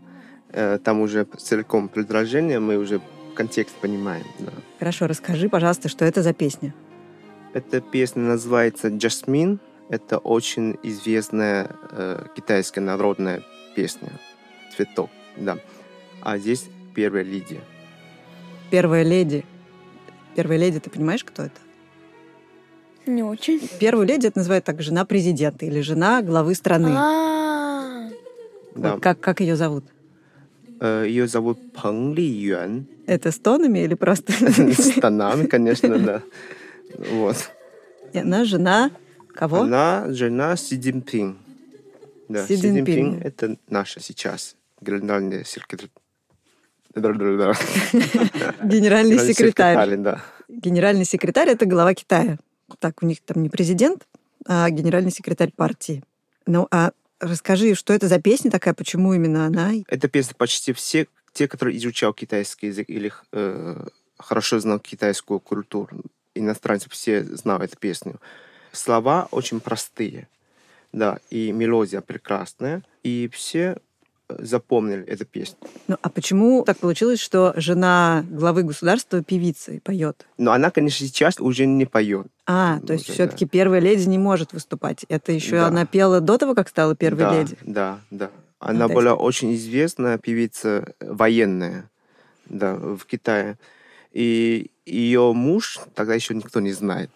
[SPEAKER 2] Э, Там уже целиком предложение, мы уже контекст понимаем. Да.
[SPEAKER 3] Хорошо, расскажи, пожалуйста, что это за песня?
[SPEAKER 2] Эта песня называется «Джасмин». Это очень известная э, китайская народная песня. Цветок, да. А здесь первая Лидия.
[SPEAKER 3] Первая леди. Первая леди, ты понимаешь, кто это?
[SPEAKER 1] Не очень.
[SPEAKER 3] Первую леди это называют так жена президента или жена главы страны.
[SPEAKER 1] А,
[SPEAKER 2] Да.
[SPEAKER 3] Вот как, как ее зовут?
[SPEAKER 2] Э, Ее зовут Пeng Ли Юань.
[SPEAKER 3] Это с тонами или просто?
[SPEAKER 2] С тонами, конечно, да. Вот.
[SPEAKER 3] И Она жена кого?
[SPEAKER 2] Она жена Си Цзиньпин. Да,
[SPEAKER 3] Си
[SPEAKER 2] Си
[SPEAKER 3] Цзиньпин.
[SPEAKER 2] Цзиньпин – это наша сейчас генеральный секретарь. Да-да-да.
[SPEAKER 3] Генеральный
[SPEAKER 2] Генеральный
[SPEAKER 3] секретарь.
[SPEAKER 2] да.
[SPEAKER 3] Генеральный секретарь это глава Китая. Так, у них там не президент, а генеральный секретарь партии. Ну, а расскажи, что это за песня такая, почему именно она?
[SPEAKER 2] Эта песня почти все, те, которые изучал китайский язык или э, хорошо знал китайскую культуру, иностранцы все знают эту песню. Слова очень простые, да, и мелодия прекрасная, и все э, запомнили эту песню.
[SPEAKER 3] Ну, а почему так получилось, что жена главы государства певица и поет?
[SPEAKER 2] Но она, конечно, сейчас уже не поет.
[SPEAKER 3] А, то
[SPEAKER 2] Ну,
[SPEAKER 3] есть
[SPEAKER 2] да,
[SPEAKER 3] все-таки первая леди не может выступать. Это еще
[SPEAKER 2] Да.
[SPEAKER 3] она пела до того, как стала первой
[SPEAKER 2] да,
[SPEAKER 3] леди.
[SPEAKER 2] Да, да. Она
[SPEAKER 3] то есть-
[SPEAKER 2] была очень известная певица э, военная да, в Китае. И ее муж тогда еще никто не знает.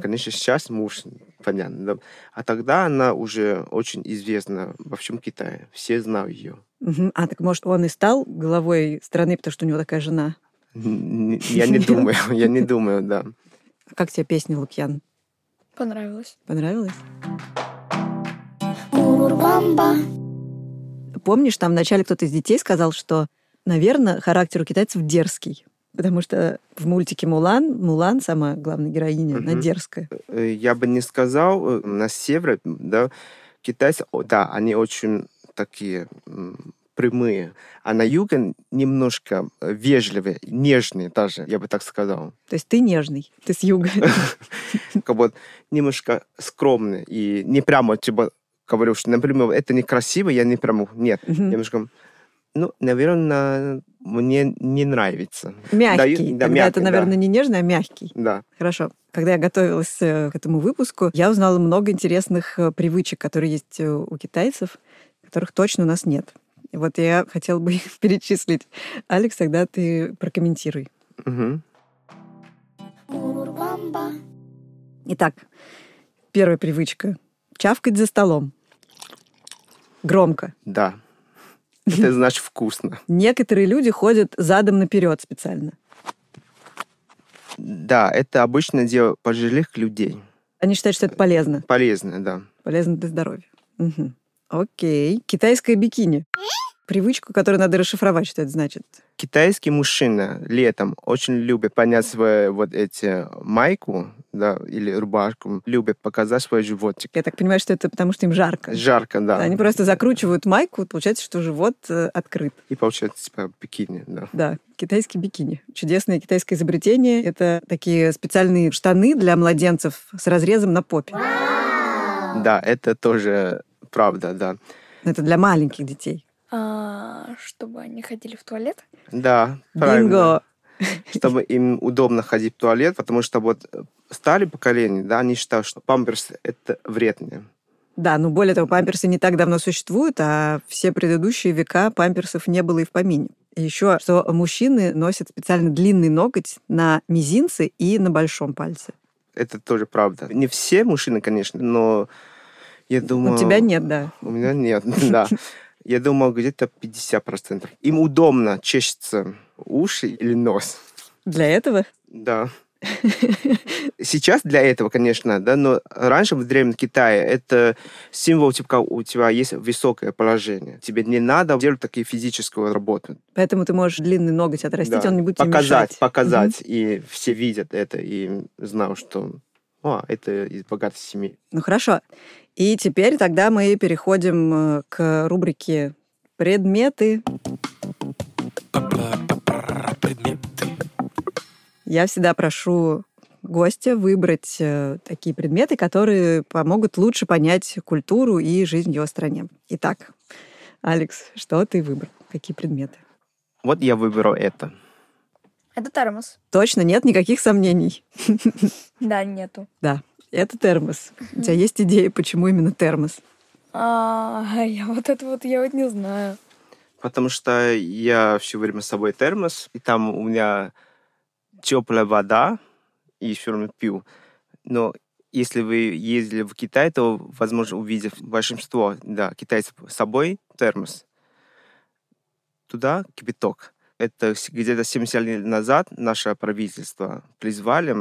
[SPEAKER 2] Конечно, сейчас муж, понятно. да. А тогда она уже очень известна во всем Китае. Все знают ее.
[SPEAKER 3] Мгм. А так может он и стал главой страны, потому что у него такая жена?
[SPEAKER 2] Н- н- Я не думаю, я не думаю, да.
[SPEAKER 3] А Как тебе песня Лукьян?
[SPEAKER 1] понравилось.
[SPEAKER 3] Понравилась?
[SPEAKER 5] Урубамба,
[SPEAKER 3] Помнишь, там вначале кто-то из детей сказал, что, наверное, характер у китайцев дерзкий. Потому что в мультике Мулан, Мулан, сама главная героиня, она
[SPEAKER 2] Мгм.
[SPEAKER 3] дерзкая.
[SPEAKER 2] Э, я бы не сказал, э, на севере, да, китайцы, о, да, они очень такие м, прямые, а на юге немножко э, вежливые, нежные даже, я бы так сказал.
[SPEAKER 3] То есть ты нежный, ты с юга.
[SPEAKER 2] Как бы немножко скромные и не прямо, типа, говорю, что, например, это некрасиво, я не прямо, нет,
[SPEAKER 3] Мгм.
[SPEAKER 2] немножко, ну, наверное, мне не нравится, Даю-
[SPEAKER 3] Мягкий.
[SPEAKER 2] да,
[SPEAKER 3] Тогда это,
[SPEAKER 2] мягкий, да.
[SPEAKER 3] наверное, не нежный, а мягкий.
[SPEAKER 2] да.
[SPEAKER 3] Хорошо. Когда я готовилась э, к этому выпуску, я узнала много интересных э, привычек, которые есть э, у китайцев, которых точно у нас нет. И Вот я хотела бы их перечислить. Алекс, тогда ты прокомментируй.
[SPEAKER 2] Мгм.
[SPEAKER 5] Урубамба.
[SPEAKER 3] Итак, первая привычка – чавкать за столом. Громко.
[SPEAKER 2] Да. Это значит вкусно.
[SPEAKER 3] Некоторые люди ходят задом наперед специально.
[SPEAKER 2] Да, это обычное дело пожилых людей.
[SPEAKER 3] Они считают, что это полезно.
[SPEAKER 2] Полезное, да.
[SPEAKER 3] Полезно для здоровья. Мгм. Окей. Китайское бикини. Привычку, которую надо расшифровать, что это значит.
[SPEAKER 2] Китайский мужчина летом очень любит понять свою вот эти майку, да, или рубашку, любит показать свой животик.
[SPEAKER 3] Я так понимаю, что это потому, что им жарко.
[SPEAKER 2] Жарко, да.
[SPEAKER 3] Они просто закручивают майку, получается, что живот э, открыт.
[SPEAKER 2] И получается, типа, бикини, да.
[SPEAKER 3] Да, китайский бикини. Чудесное китайское изобретение. Это такие специальные штаны для младенцев с разрезом на попе.
[SPEAKER 2] Да, это тоже правда, да.
[SPEAKER 3] Это для маленьких детей.
[SPEAKER 1] А, чтобы они ходили в туалет.
[SPEAKER 2] Да, правильно.
[SPEAKER 3] Бинго!
[SPEAKER 2] Чтобы им удобно ходить в туалет, потому что вот старые поколения, да, они считают, что памперс – это вредно.
[SPEAKER 3] Да, ну более того, памперсы не так давно существуют, а все предыдущие века памперсов не было и в помине. Еще что мужчины носят специально длинный ноготь на мизинце и на большом пальце.
[SPEAKER 2] Это тоже правда. Не все мужчины, конечно, но я думаю...
[SPEAKER 3] У тебя нет, да.
[SPEAKER 2] У меня нет, да. Я думал, где-то 50%. Им удобно чешется уши или нос.
[SPEAKER 3] Для этого
[SPEAKER 2] Да. Сейчас для этого, конечно, да, но раньше в Древнем Китае это символ, типа, как у тебя есть высокое положение. Тебе не надо делать такие физическую работу.
[SPEAKER 3] Поэтому ты можешь длинный ноготь отрастить,
[SPEAKER 2] Да.
[SPEAKER 3] он не будет тебе
[SPEAKER 2] показать,
[SPEAKER 3] мешать.
[SPEAKER 2] показать, и все видят это, и знают, что «О, это из богатой семьи.
[SPEAKER 3] Ну хорошо. И теперь тогда мы переходим э, к рубрике «Предметы». Я всегда прошу гостя выбрать э, такие предметы, которые помогут лучше понять культуру и жизнь в его стране. Итак, Алекс, что ты выбрал? Какие предметы?
[SPEAKER 2] Вот я выберу это.
[SPEAKER 1] Это термос.
[SPEAKER 3] Точно нет никаких сомнений.
[SPEAKER 1] Да, нету.
[SPEAKER 3] Это термос. У тебя есть идея, почему именно термос?
[SPEAKER 1] А, я вот это вот я вот не знаю.
[SPEAKER 2] Потому что я все время с собой термос, и там у меня теплая вода, и все время пью. Но если вы ездили в Китай, то, возможно, увидев большинство да, китайцев с собой термос, туда кипяток. Это с- где-то 70 лет назад наше правительство призвали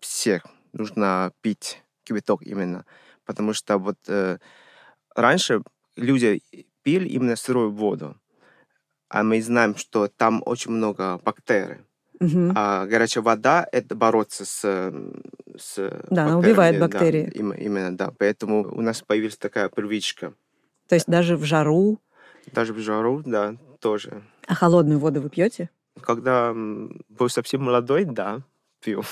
[SPEAKER 2] всех, нужно пить кипяток именно. Потому что вот э, раньше люди пили именно сырую воду. А мы знаем, что там очень много бактерий.
[SPEAKER 3] Мгм.
[SPEAKER 2] А горячая вода – это бороться с, э, с
[SPEAKER 3] Да, она убивает
[SPEAKER 2] бактериями,
[SPEAKER 3] бактерии.
[SPEAKER 2] да. Им- именно, да. Поэтому у нас появилась такая привычка.
[SPEAKER 3] То есть даже в жару.
[SPEAKER 2] Даже в жару, да, тоже.
[SPEAKER 3] А холодную воду вы пьете?
[SPEAKER 2] Когда м, был совсем молодой, да, пил.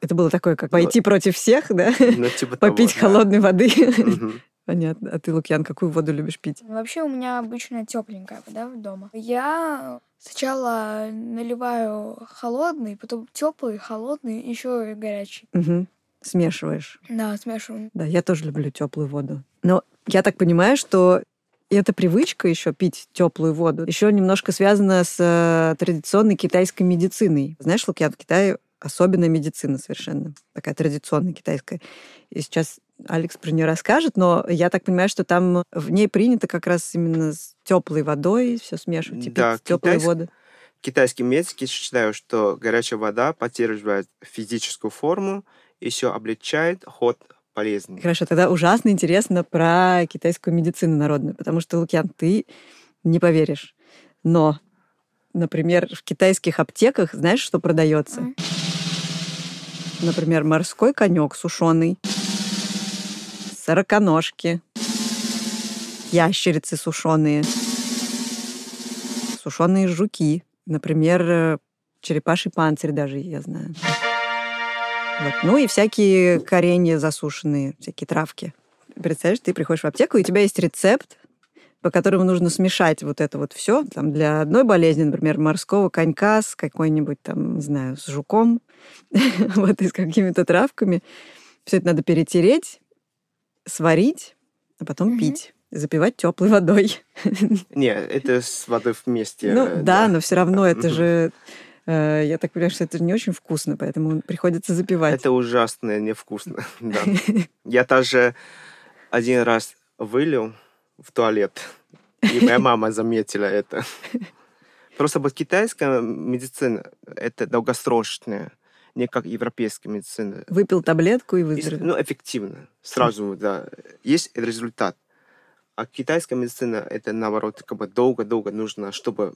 [SPEAKER 3] Это было такое, как пойти против всех, да?
[SPEAKER 2] Ну, типа того,
[SPEAKER 3] Попить
[SPEAKER 2] Ну, да.
[SPEAKER 3] холодной воды.
[SPEAKER 2] Мгм.
[SPEAKER 3] Понятно. А ты, Лукьян, какую воду любишь пить?
[SPEAKER 1] Вообще у меня обычно тепленькая вода дома. Я сначала наливаю холодный, потом теплый, холодный, еще и горячий.
[SPEAKER 3] Мгм. Смешиваешь.
[SPEAKER 1] Да, смешиваем.
[SPEAKER 3] Да, я тоже люблю теплую воду. Но я так понимаю, что эта привычка еще пить теплую воду еще немножко связана с э, традиционной китайской медициной. Знаешь, Лукьян, в Китае особенная медицина совершенно, такая традиционная китайская. И сейчас Алекс про нее расскажет, но я так понимаю, что там в ней принято как раз именно с теплой водой все смешивать, и
[SPEAKER 2] Да,
[SPEAKER 3] пить теплую
[SPEAKER 2] китайск-
[SPEAKER 3] воду.
[SPEAKER 2] Китайские медики считают, что горячая вода поддерживает физическую форму, еще облегчает ход болезни.
[SPEAKER 3] Хорошо, тогда ужасно интересно про китайскую медицину народную, потому что, Лукьян, ты не поверишь. Но, например, в китайских аптеках знаешь, что продается?
[SPEAKER 1] М.
[SPEAKER 3] Например, морской конек сушеный, сороконожки, ящерицы сушеные, сушеные жуки, например, э, черепаший панцирь даже, я знаю. Вот. Ну и всякие коренья засушенные, всякие травки. Представляешь, ты приходишь в аптеку, и у тебя есть рецепт, по которому нужно смешать вот это вот все там, для одной болезни, например, морского конька с какой-нибудь там, не знаю, с жуком, вот и с какими-то травками. Все это надо перетереть, сварить, а потом
[SPEAKER 1] Мгм.
[SPEAKER 3] пить. Запивать теплой водой.
[SPEAKER 2] Не, это с водой вместе.
[SPEAKER 3] Ну
[SPEAKER 2] э,
[SPEAKER 3] да, но все равно это
[SPEAKER 2] Мгм.
[SPEAKER 3] же Э, Я так понимаю, что это не очень вкусно, поэтому приходится запивать.
[SPEAKER 2] Это ужасно невкусно. да. Я даже один раз вылил в туалет, и моя мама заметила это. Просто вот китайская медицина – это долгосрочная, не как европейская медицина.
[SPEAKER 3] Выпил таблетку и
[SPEAKER 2] Ис-
[SPEAKER 3] выздоровел.
[SPEAKER 2] Ну, эффективно. Сразу, да. Есть результат. А китайская медицина, это наоборот, как бы долго-долго нужно, чтобы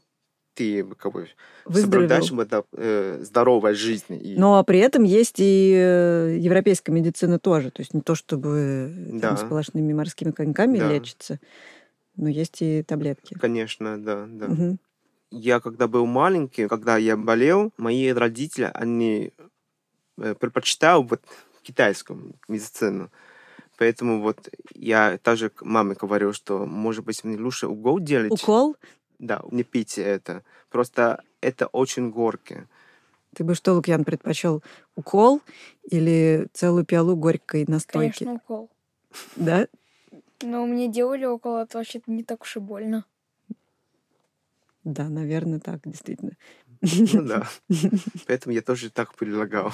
[SPEAKER 2] ты как бы
[SPEAKER 3] Выздоровел.
[SPEAKER 2] соблюдаешь вот, да, э, здоровой жизни. И
[SPEAKER 3] Но при этом есть и э, европейская медицина тоже. То есть не то, чтобы э,
[SPEAKER 2] Да.
[SPEAKER 3] там сплошными морскими коньками
[SPEAKER 2] Да.
[SPEAKER 3] лечиться, но есть и таблетки.
[SPEAKER 2] Конечно, да, да.
[SPEAKER 3] Мгм.
[SPEAKER 2] Я когда был маленький, когда я болел, мои родители, они э, предпочитали вот китайскую медицину. Поэтому вот я даже к маме говорю, что, может быть, мне лучше угол делать.
[SPEAKER 3] Укол?
[SPEAKER 2] Да, не пейте это. Просто это очень горки.
[SPEAKER 3] Ты бы что, Лукьян, предпочел укол или целую пиалу горькой настойки?
[SPEAKER 1] Конечно, укол.
[SPEAKER 3] Да?
[SPEAKER 1] Но мне делали около, это вообще не так уж и больно.
[SPEAKER 3] Да, наверное, так, действительно.
[SPEAKER 2] Ну да. Поэтому я тоже так предлагал.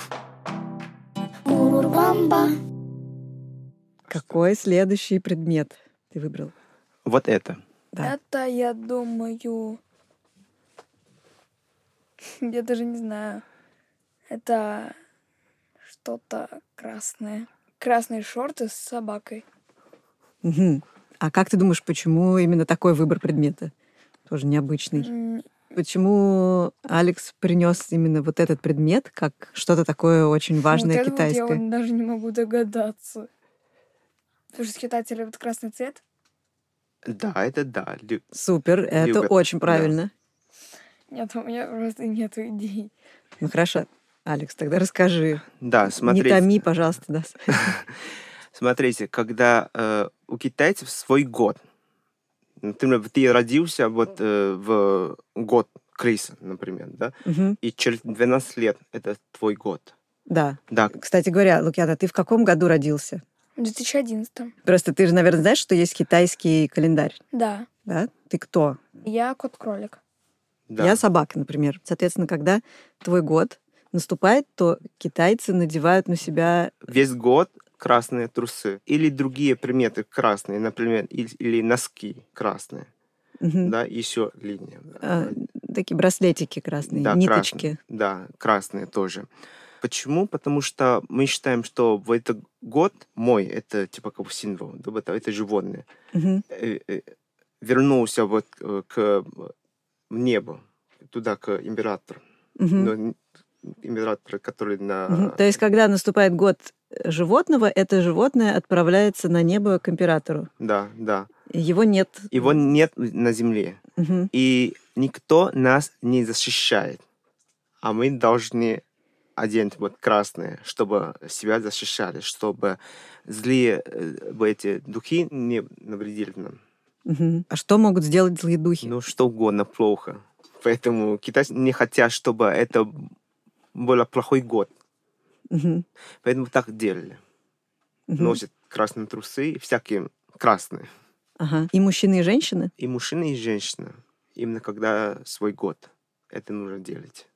[SPEAKER 3] Какой следующий предмет ты выбрал?
[SPEAKER 2] Вот это.
[SPEAKER 3] Да.
[SPEAKER 1] Это, я думаю... Я даже не знаю. Это что-то красное. Красные шорты с собакой.
[SPEAKER 3] Мгм. А как ты думаешь, почему именно такой выбор предмета? Тоже необычный.
[SPEAKER 1] М,
[SPEAKER 3] Почему Алекс принес именно вот этот предмет как что-то такое очень важное
[SPEAKER 1] вот это вот
[SPEAKER 3] китайское?
[SPEAKER 1] я вот даже не могу догадаться. Потому что китайцы любят красный цвет.
[SPEAKER 2] Да, это да. Лю-
[SPEAKER 3] Супер, это
[SPEAKER 2] Любят,
[SPEAKER 3] очень
[SPEAKER 2] да.
[SPEAKER 3] правильно.
[SPEAKER 1] Нет, у меня просто нет идей.
[SPEAKER 3] Ну хорошо, Алекс, тогда расскажи.
[SPEAKER 2] Да,
[SPEAKER 3] Не
[SPEAKER 2] смотрите.
[SPEAKER 3] томи, пожалуйста, нас.
[SPEAKER 2] Смотрите, когда э, у китайцев свой год. Например, ты родился вот э, в год крыса, например, да?
[SPEAKER 3] Мгм.
[SPEAKER 2] И через 12 лет это твой год.
[SPEAKER 3] Да.
[SPEAKER 2] Да,
[SPEAKER 3] Кстати говоря, Лукьяна, ты в каком году родился?
[SPEAKER 1] В 2011
[SPEAKER 3] Просто ты же, наверное, знаешь, что есть китайский календарь,
[SPEAKER 1] Да.
[SPEAKER 3] да? Ты кто?
[SPEAKER 1] Я кот-кролик.
[SPEAKER 2] да.
[SPEAKER 3] Я собака, например. Соответственно, когда твой год наступает, то китайцы надевают на себя
[SPEAKER 2] Весь год красные трусы. Или другие приметы красные, например, или, или носки красные,
[SPEAKER 3] мгм,
[SPEAKER 2] да, еще линия.
[SPEAKER 3] э, такие браслетики красные,
[SPEAKER 2] Да,
[SPEAKER 3] ниточки.
[SPEAKER 2] красные. Да, красные тоже. Почему? Потому что мы считаем, что в этот год мой, это типа как бы символ, да, вот это животное.
[SPEAKER 3] Мгм.
[SPEAKER 2] э, э, вернулся вот э, к небу, туда, к императору.
[SPEAKER 3] Мгм.
[SPEAKER 2] Но н- император, который на...
[SPEAKER 3] Мгм. То есть, когда наступает год э, животного, это животное отправляется на небо к императору.
[SPEAKER 2] Да, да.
[SPEAKER 3] Его нет.
[SPEAKER 2] Его нет на земле.
[SPEAKER 3] Мгм.
[SPEAKER 2] И никто нас не защищает. А мы должны одеть вот красное, чтобы себя защищали, чтобы злые э, вот эти духи не навредили нам.
[SPEAKER 3] Мгм. А что могут сделать злые духи?
[SPEAKER 2] Ну, что угодно плохо. Поэтому китайцы не хотят, чтобы это был плохой год.
[SPEAKER 3] Мгм.
[SPEAKER 2] Поэтому так делали.
[SPEAKER 3] Мгм.
[SPEAKER 2] Носят красные трусы, и всякие красные.
[SPEAKER 3] Ага. И мужчины, и женщины?
[SPEAKER 2] И мужчина, и женщина. Именно когда свой год. Это нужно делать.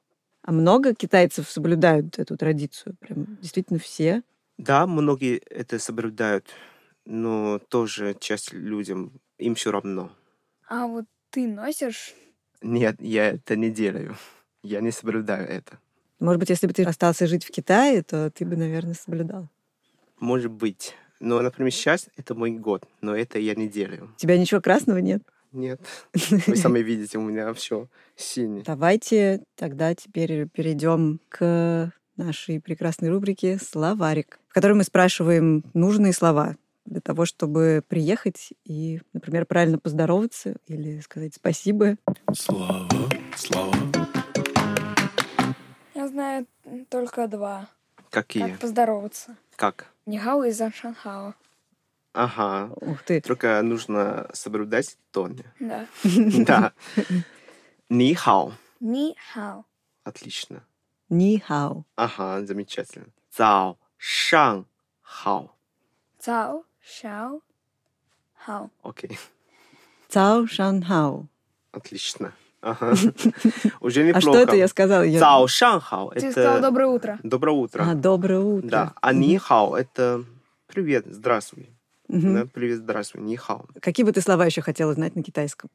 [SPEAKER 3] А много китайцев соблюдают эту традицию? Прям действительно все?
[SPEAKER 2] Да, многие это соблюдают, но тоже часть людям им все равно.
[SPEAKER 1] А вот ты носишь?
[SPEAKER 2] Нет, я это не делаю. Я не соблюдаю это.
[SPEAKER 3] Может быть, если бы ты остался жить в Китае, то ты бы, наверное, соблюдал.
[SPEAKER 2] Может быть. Но, например, сейчас это мой год, но это я не делаю.
[SPEAKER 3] У тебя ничего красного нет?
[SPEAKER 2] Нет. Вы сами видите, у меня все синий.
[SPEAKER 3] Давайте тогда теперь перейдем к нашей прекрасной рубрике «Словарик», в которой мы спрашиваем нужные слова для того, чтобы приехать и, например, правильно поздороваться или сказать спасибо.
[SPEAKER 4] Слава, слава,
[SPEAKER 1] Я знаю только два.
[SPEAKER 2] Какие?
[SPEAKER 1] Как поздороваться.
[SPEAKER 2] Как?
[SPEAKER 1] Нихао и Заншанхао.
[SPEAKER 2] Ага.
[SPEAKER 3] Ух ты!
[SPEAKER 2] Только нужно соблюдать тон.
[SPEAKER 1] Да.
[SPEAKER 2] Да. Нихао.
[SPEAKER 1] Нихао.
[SPEAKER 2] Отлично.
[SPEAKER 3] Ни хао.
[SPEAKER 2] Ага, замечательно. Цао шан хао.
[SPEAKER 1] Цао. Шао. Хао.
[SPEAKER 2] Окей,
[SPEAKER 3] Цао шан хао.
[SPEAKER 2] отлично. Ага. Уже неплохо.
[SPEAKER 3] А что это я сказала? Я-
[SPEAKER 2] Цао Шанхао.
[SPEAKER 1] Ты
[SPEAKER 2] это
[SPEAKER 1] сказал доброе утро.
[SPEAKER 2] доброе утро.
[SPEAKER 3] А, доброе утро.
[SPEAKER 2] Да. А нихао это привет, здравствуй.
[SPEAKER 3] Мгм.
[SPEAKER 2] Да, привет, здравствуй, нихао.
[SPEAKER 3] Какие бы ты слова еще хотела знать на китайском?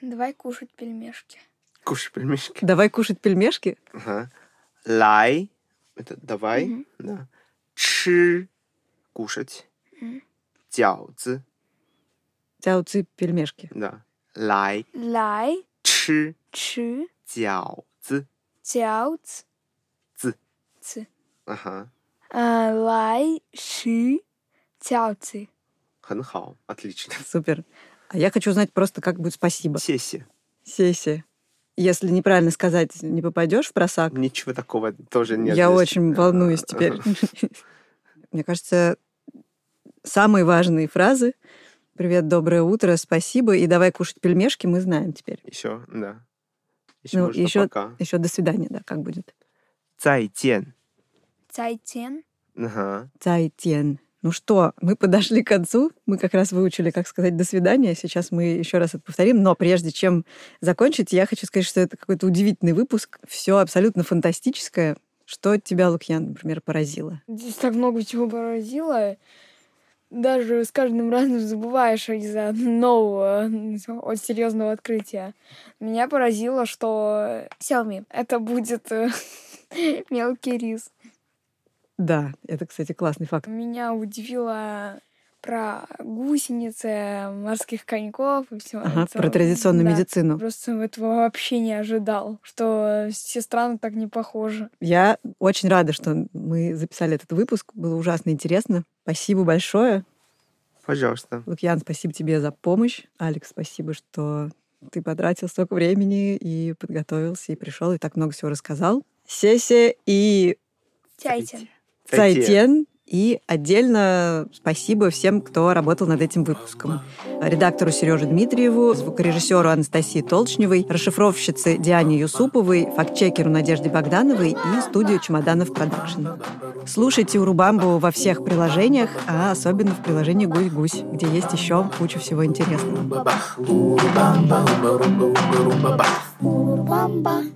[SPEAKER 1] Давай кушать пельмешки.
[SPEAKER 2] Кушай пельмешки.
[SPEAKER 3] Давай кушать пельмешки?
[SPEAKER 2] Ага. Лай это давай. Да. Чи кушать. Дяоцзы.
[SPEAKER 3] Тяо ци пельмешки.
[SPEAKER 2] Да. Лай
[SPEAKER 1] Лай,
[SPEAKER 2] чи
[SPEAKER 1] чи,
[SPEAKER 2] дяоцзы.
[SPEAKER 1] тяо, ц.
[SPEAKER 2] Ц.
[SPEAKER 1] Ц.
[SPEAKER 2] Ага.
[SPEAKER 1] А, Лай, ши, тяо, ци.
[SPEAKER 2] Ханхао. Отлично.
[SPEAKER 3] Супер. А я хочу узнать просто, как будет спасибо.
[SPEAKER 2] Сеси.
[SPEAKER 3] Сеси. Если неправильно сказать, не попадешь в просак.
[SPEAKER 2] Ничего такого тоже нет.
[SPEAKER 3] я
[SPEAKER 2] здесь. э,
[SPEAKER 3] очень волнуюсь теперь. Мне кажется, самые важные фразы «Привет, доброе утро», «Спасибо» и «Давай кушать пельмешки» мы знаем теперь.
[SPEAKER 2] Еще, да. Еще
[SPEAKER 3] Ну,
[SPEAKER 2] можно
[SPEAKER 3] еще-
[SPEAKER 2] пока.
[SPEAKER 3] Еще «До свидания», да, как будет?
[SPEAKER 2] Цайтен.
[SPEAKER 1] Цайтен.
[SPEAKER 2] Ага.
[SPEAKER 3] Цайтен. Ну что, мы подошли к концу. Мы как раз выучили, как сказать «до свидания». Сейчас мы еще раз это повторим. Но прежде чем закончить, я хочу сказать, что это какой-то удивительный выпуск. Все абсолютно фантастическое. Что тебя, Лукьян, например, поразило?
[SPEAKER 1] Здесь так много чего поразило. Даже с каждым разом забываешь из-за нового, от серьезного открытия. Меня поразило, что Xiaomi это будет э, мелкий рис.
[SPEAKER 3] Да, это, кстати, классный факт.
[SPEAKER 1] Меня удивило про гусеницы, морских коньков и все.
[SPEAKER 3] Ага, про традиционную медицину.
[SPEAKER 1] Просто этого вообще не ожидал, что все страны так не похожи.
[SPEAKER 3] Я очень рада, что мы записали этот выпуск. Было ужасно интересно. Спасибо большое.
[SPEAKER 2] Пожалуйста.
[SPEAKER 3] Лукьян, спасибо тебе за помощь. Алекс, спасибо, что ты потратил столько времени и подготовился, и пришел, и так много всего рассказал. Сеся и
[SPEAKER 1] Тяйтин.
[SPEAKER 3] Цайтен. И отдельно спасибо всем, кто работал над этим выпуском. Редактору Сереже Дмитриеву, звукорежиссеру Анастасии Толчневой, расшифровщице Диане Юсуповой, фактчекеру Надежде Богдановой и студию «Чемоданов Продакшн». Слушайте Урубамбу во всех приложениях, а особенно в приложении «Гусь-гусь», где есть еще куча всего интересного.
[SPEAKER 4] Urubamba, urubamba, urubamba,
[SPEAKER 5] Урубамба.